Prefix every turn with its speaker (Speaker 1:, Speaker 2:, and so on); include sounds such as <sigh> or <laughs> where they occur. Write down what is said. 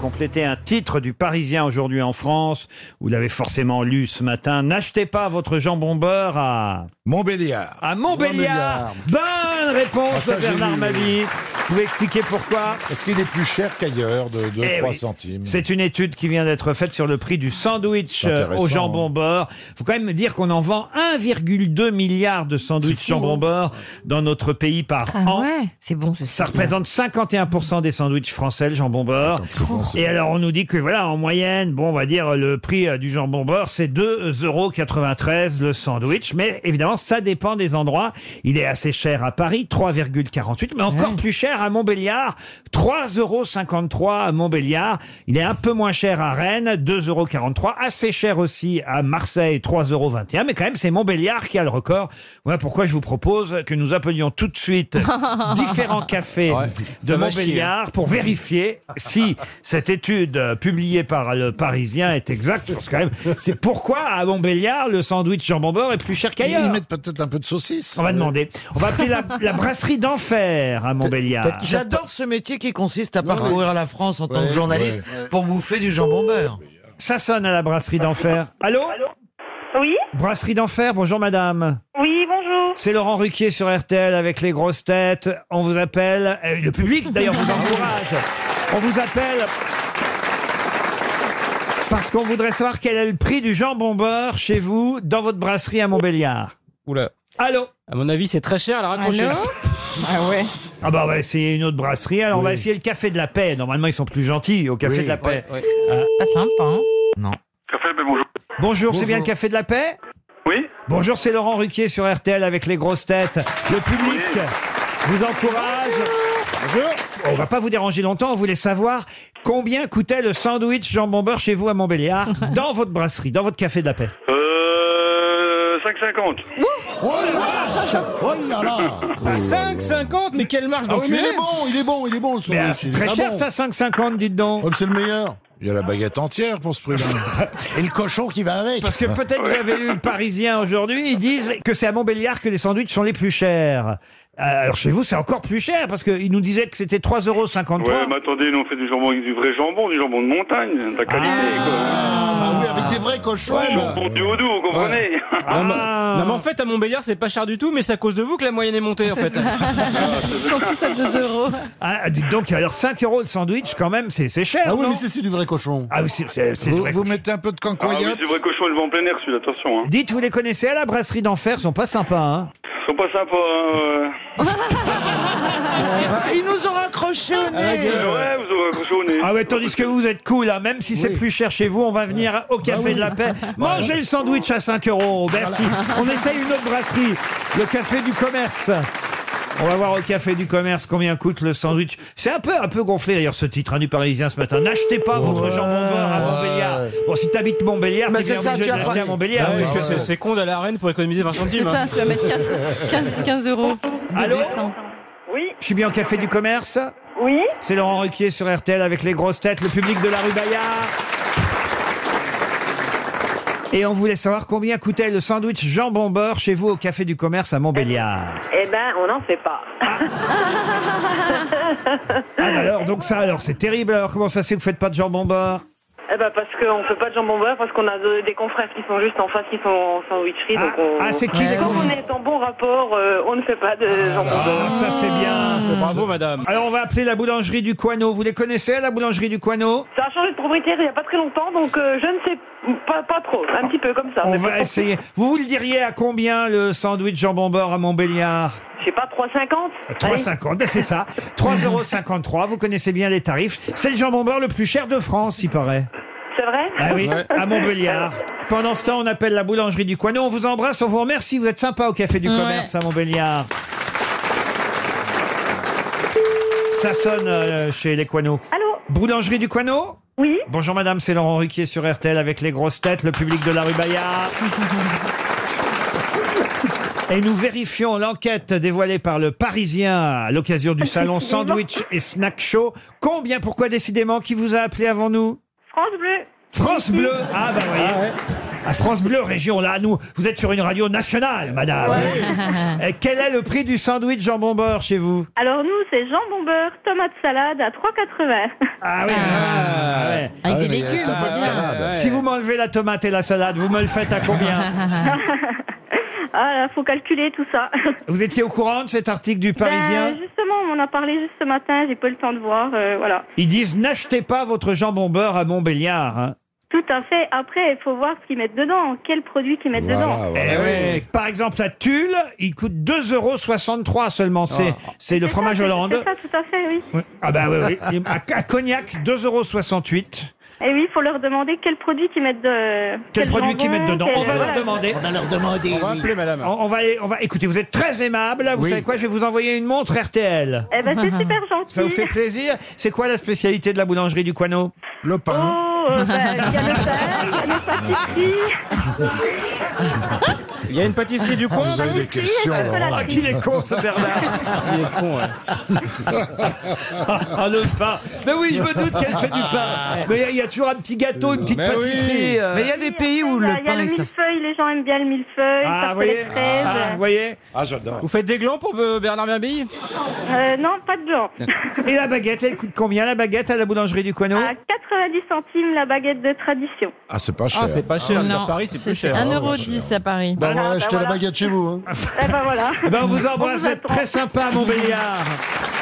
Speaker 1: compléter un titre du Parisien aujourd'hui en France. Vous l'avez forcément lu ce matin. N'achetez pas votre jambon beurre à...
Speaker 2: Montbéliard.
Speaker 1: À Montbéliard.
Speaker 2: Montbéliard.
Speaker 1: Bonne réponse
Speaker 2: Ah, ça,
Speaker 1: de
Speaker 2: j'ai
Speaker 1: Bernard
Speaker 2: lu.
Speaker 1: Mabie. Vous pouvez expliquer pourquoi
Speaker 2: Est-ce qu'il est plus cher qu'ailleurs de, de
Speaker 1: Eh
Speaker 2: 3
Speaker 1: oui.
Speaker 2: centimes
Speaker 1: C'est une étude qui vient d'être faite sur le prix du sandwich
Speaker 2: C'est
Speaker 1: euh,
Speaker 2: intéressant,
Speaker 1: au jambon
Speaker 2: hein.
Speaker 1: beurre. Faut quand même dire qu'on en vend 1,2 milliard de sandwichs
Speaker 2: hein.
Speaker 1: jambon beurre dans notre pays par an.
Speaker 3: Ah ouais, c'est bon ce
Speaker 1: Ça représente 51% des sandwichs français, le jambon beurre.
Speaker 2: C'est bon, c'est
Speaker 1: Et
Speaker 2: bon.
Speaker 1: alors, on nous dit que voilà, en moyenne, bon, on va dire le prix euh, du jambon beurre, c'est 2,93 le sandwich. Mais évidemment, ça dépend des endroits. Il est assez cher à Paris, 3,48, mais encore plus cher à Montbéliard, 3,53 à Montbéliard. Il est un peu moins cher à Rennes, 2,43. Assez cher aussi à Marseille, 3,21. Mais quand même, c'est Montbéliard qui a le record. Voilà pourquoi je vous propose que nous appelions tout de
Speaker 4: <laughs>
Speaker 1: suite différents cafés
Speaker 4: Ouais,
Speaker 1: de
Speaker 4: ça va chier.
Speaker 1: Montbéliard Bernard pour vérifier si cette étude euh, publiée par le Parisien est exacte. Parce que quand même, c'est pourquoi à Montbéliard le sandwich jambon beurre est plus cher qu'ailleurs. Ah
Speaker 2: Ils mettent peut-être un peu de saucisse.
Speaker 1: On va demander. On va appeler la, la brasserie d'enfer à Montbéliard.
Speaker 4: Peut-être qu'ils savent
Speaker 5: J'adore ce métier qui consiste à
Speaker 2: Non,
Speaker 5: parcourir la France en tant
Speaker 2: Ouais,
Speaker 5: que journaliste pour bouffer du jambon beurre.
Speaker 1: Ça sonne à la brasserie d'enfer. Allô
Speaker 6: Oui,
Speaker 1: Brasserie d'enfer, bonjour madame.
Speaker 6: oui, bonjour.
Speaker 1: C'est Laurent Ruquier sur RTL avec les grosses têtes. On vous appelle. euh, Le public d'ailleurs vous encourage. On vous appelle. Parce qu'on voudrait savoir quel est le prix du jambon beurre chez vous, dans votre brasserie à Montbéliard.
Speaker 4: Oula.
Speaker 1: Allô
Speaker 4: À mon avis, c'est très cher à la raccrocher.
Speaker 3: Allô Ah ouais.
Speaker 1: Ah bah on va essayer une autre brasserie. Alors on va essayer le Café de la Paix. Normalement ils sont plus gentils au Café
Speaker 5: Oui.
Speaker 1: de la Paix.
Speaker 4: Ouais, ouais.
Speaker 3: Pas sympa, hein
Speaker 7: Café, ben bonjour.
Speaker 1: Bonjour, c'est bien le Café de la Paix
Speaker 7: Oui
Speaker 1: Bonjour, c'est Laurent Ruquier sur RTL avec les grosses têtes. Le public
Speaker 7: Oui.
Speaker 1: vous encourage. Bonjour. On va pas vous déranger longtemps, on voulait savoir combien coûtait le sandwich jambon beurre chez vous à Montbéliard, dans votre brasserie, dans votre Café de la Paix.
Speaker 7: Euh. 5,50.
Speaker 2: Oh la vache
Speaker 1: bah.
Speaker 2: Oh
Speaker 1: <laughs>
Speaker 2: là là
Speaker 4: 5,50 Ah, mais quelle marge
Speaker 2: Ah oui, mais
Speaker 4: d'enculé
Speaker 2: il est bon, il est bon, il est bon le
Speaker 1: Mais, euh,
Speaker 2: sandwich. il est
Speaker 1: très cher
Speaker 2: ah bon.
Speaker 1: ça, 5,50 dites donc.
Speaker 2: Oh, mais c'est le meilleur. Il y a la baguette entière pour ce
Speaker 1: <laughs>
Speaker 2: prix-là. Et le cochon qui va avec.
Speaker 1: Parce que peut-être vous avez eu le Parisien aujourd'hui, ils disent que c'est à Montbéliard que les sandwichs sont les plus chers. Euh, Alors chez vous, c'est encore plus cher parce qu'ils nous disaient que c'était 3,53 euros.
Speaker 7: Ouais, mais attendez, nous on fait du jambon avec du vrai jambon, du jambon de montagne, de la qualité,
Speaker 2: Ah oui, avec des vrais cochons.
Speaker 7: quoi. Du jambon du haut vous comprenez
Speaker 4: Non, mais-
Speaker 1: Ah.
Speaker 4: non, mais en fait, à Montbéliard, c'est pas cher du tout, mais c'est à cause de vous que la moyenne est montée, en fait. Ah
Speaker 3: Sorti ça 2 euros.
Speaker 1: Ah, dites donc, alors 5 euros le sandwich, quand même, c'est c'est cher.
Speaker 2: Ah oui,
Speaker 1: non
Speaker 2: mais c'est celui du vrai cochon.
Speaker 1: Ah oui, c'est- c'est c'est
Speaker 2: Vous,
Speaker 1: vrai.
Speaker 2: vous
Speaker 1: que-
Speaker 2: mettez un peu de
Speaker 7: Ah oui,
Speaker 2: cancoyote
Speaker 7: c'est vrai cochon, il va en plein air celui-là, attention. Hein.
Speaker 1: Dites, vous les connaissez à la brasserie d'enfer, ils sont pas sympas. Hein
Speaker 7: Ils sont pas sympas, hein.
Speaker 5: Ils Ah, nous ont raccrochés
Speaker 2: Ah,
Speaker 5: au nez.
Speaker 7: euh. Ouais, vous aurez accroché au nez.
Speaker 1: ah ouais, tandis que vous êtes cool, hein, même si c'est plus cher chez vous, on va venir au Café de la <laughs> Paix. Mangez le sandwich à 5 euros, merci. On essaye une autre brasserie, le Café du Commerce. On va voir au Café du Commerce combien coûte le sandwich. C'est un peu, un peu gonflé d'ailleurs ce titre hein, du Parisien ce matin. N'achetez pas votre jambon beurre à Montbéliard. Bon, si t'habites Montbéliard,
Speaker 5: Mais
Speaker 1: t'es bien
Speaker 5: c'est ça,
Speaker 1: obligé
Speaker 5: tu as
Speaker 1: d'acheter
Speaker 5: pas-
Speaker 1: à Montbéliard.
Speaker 4: Ah ouais,
Speaker 1: parce que
Speaker 4: parce que c'est- C'est con d'aller à Rennes pour économiser 20
Speaker 3: C'est
Speaker 4: centimes. hein.
Speaker 3: ça, tu vas mettre 15, 15, 15 euros de
Speaker 1: Allô
Speaker 3: décence.
Speaker 6: Oui,
Speaker 1: Je suis bien au Café du Commerce.
Speaker 6: oui.
Speaker 1: C'est Laurent Ruquier sur RTL avec les grosses têtes, le public de la rue Bayard. Et on voulait savoir combien coûtait le sandwich jambon beurre chez vous au Café du Commerce à Montbéliard.
Speaker 6: Eh ben, on n'en fait pas.
Speaker 1: Ah bah alors, donc ça, alors c'est terrible. Alors comment ça c'est que vous faites pas de jambon beurre
Speaker 6: Eh ben, parce qu'on fait pas de jambon beurre, parce qu'on a de- des confrères qui sont juste en face, qui sont en sandwicherie.
Speaker 1: Ah,
Speaker 6: donc on...
Speaker 1: ah, c'est qui les
Speaker 6: Quand on
Speaker 1: confrères
Speaker 6: est en bon rapport, euh, on ne fait pas de jambon
Speaker 1: Ah,
Speaker 6: beurre.
Speaker 1: ça c'est bien.
Speaker 4: Bravo, madame.
Speaker 1: Alors on va appeler la boulangerie du Coineau. Vous les connaissez, la boulangerie du Coineau
Speaker 6: Ça a changé de propriétaire il n'y a pas très longtemps, donc euh, je ne sais pas, pas trop. Un petit peu comme ça.
Speaker 1: Ah. On
Speaker 6: Ah, mais
Speaker 1: va
Speaker 6: pas-
Speaker 1: essayer. Vous, vous le diriez à combien le sandwich jambon beurre à Montbéliard
Speaker 6: Je sais pas, 3,50 Allez.
Speaker 1: 3,50, ben c'est ça. <laughs> 3,53€, vous connaissez bien les tarifs. C'est le jambon beurre le plus cher de France, il paraît.
Speaker 6: C'est vrai
Speaker 1: Ah oui,
Speaker 4: Ouais.
Speaker 1: à Montbéliard. Pendant ce temps, on appelle la boulangerie du Coineau. On vous embrasse, on vous remercie. Vous êtes sympa au Café du
Speaker 3: Ouais.
Speaker 1: Commerce à Montbéliard. Ça sonne euh, chez les Coineaux.
Speaker 6: Allô
Speaker 1: Boulangerie du Coineau
Speaker 6: Oui
Speaker 1: Bonjour madame, c'est Laurent Ruquier sur RTL avec les grosses têtes, le public de la rue <laughs> Bayard. Et nous vérifions l'enquête dévoilée par le Parisien à l'occasion du salon Sandwich et Snack Show. Combien, pourquoi décidément, qui vous a appelé avant nous
Speaker 6: France Bleu
Speaker 1: France Bleu Ah bah voyez. à France Bleu Région. Là, nous, vous êtes sur une radio nationale, madame. Euh, Quel est le prix du sandwich jambon beurre chez vous
Speaker 8: Alors nous, c'est jambon beurre, tomate salade à 3,80.
Speaker 1: Ah oui Ah ouais.
Speaker 2: Ah oui, mais il y a la tomate salade.
Speaker 1: Si vous m'enlevez la tomate et la salade, vous me le faites à combien
Speaker 8: <laughs> Ah là, faut calculer tout ça.
Speaker 1: Vous étiez au courant de cet article du Parisien
Speaker 8: Ben, justement, on en a parlé juste ce matin, j'ai pas eu le temps de voir, euh, voilà.
Speaker 1: Ils disent n'achetez pas votre jambon beurre à Montbéliard. hein.
Speaker 8: Tout à fait. Après, il faut voir ce qu'ils mettent dedans, quels produits qu'ils mettent dedans.
Speaker 1: Eh oui. Par exemple, la tulle, il coûte 2,63€ seulement. C'est c'est le fromage
Speaker 8: Ah, C'est
Speaker 1: hollande.
Speaker 8: ça, tout à fait, oui.
Speaker 1: Ah bah oui, oui. À, à Cognac, 2,68€.
Speaker 8: Et oui, il faut leur demander quels produits qu'ils mettent de...
Speaker 1: Quel
Speaker 8: quel
Speaker 1: produit
Speaker 8: jambon,
Speaker 1: qu'ils mettent dedans
Speaker 8: quel-
Speaker 1: On va
Speaker 8: voilà.
Speaker 1: leur demander.
Speaker 2: On va leur demander.
Speaker 4: On va
Speaker 2: oui.
Speaker 4: appeler madame.
Speaker 1: On, on va, on va, écoutez, vous êtes très aimable. Vous
Speaker 2: Oui.
Speaker 1: savez quoi Je vais vous envoyer une montre RTL.
Speaker 8: Eh ben, c'est
Speaker 5: <laughs>
Speaker 8: super gentil.
Speaker 1: Ça vous fait plaisir C'est quoi la spécialité de la boulangerie du Coineau
Speaker 2: Le
Speaker 8: Oh,
Speaker 2: pain.
Speaker 8: euh, ben, il y a le pain, il y a les
Speaker 1: Ah,
Speaker 8: pâtisseries.
Speaker 4: Il y a une pâtisserie du coin
Speaker 2: Vous avez des questions,
Speaker 8: elle fait
Speaker 2: Laurent.
Speaker 8: la
Speaker 1: Oh, bah Ah, qu'il est con ce <laughs> Bernard
Speaker 4: Il est con, ouais.
Speaker 1: <laughs> Ah, le pain Mais oui, je me doute qu'elle fait du pain Mais il y a- il y, a toujours un petit gâteau, une petite
Speaker 4: Mais oui.
Speaker 1: pâtisserie euh.
Speaker 5: Mais il y a des pays où
Speaker 8: Il y
Speaker 5: le
Speaker 8: a- il y a
Speaker 5: pain
Speaker 8: le
Speaker 5: est sa-
Speaker 8: millefeuille, les gens aiment bien le millefeuille,
Speaker 1: Ah,
Speaker 8: ça
Speaker 1: vous
Speaker 8: fait les
Speaker 1: voyez
Speaker 8: fraises.
Speaker 1: Ah, vous voyez
Speaker 2: Ah, j'adore.
Speaker 4: Vous faites des glands pour euh, Bernard Bienbille
Speaker 8: Euh, non, pas de gens.
Speaker 1: Et la baguette, elle coûte combien la baguette à la boulangerie du Coineau
Speaker 8: À 90 centimes la baguette de tradition.
Speaker 2: Ah, c'est pas cher.
Speaker 4: Ah, c'est pas cher.
Speaker 3: Non.
Speaker 4: Sur Paris, c'est plus
Speaker 3: C'est
Speaker 4: cher.
Speaker 2: hein.
Speaker 3: 1,10€ à Paris.
Speaker 1: Ah,
Speaker 2: Bah, on va
Speaker 8: Voilà,
Speaker 2: acheter
Speaker 8: bah
Speaker 2: la
Speaker 8: voilà.
Speaker 2: baguette chez vous. hein.
Speaker 8: Eh ben voilà.
Speaker 1: Eh ben, on vous embrasse,
Speaker 8: On
Speaker 1: vous
Speaker 8: vous
Speaker 1: êtes
Speaker 8: attend.
Speaker 1: très sympa, Montbéliard.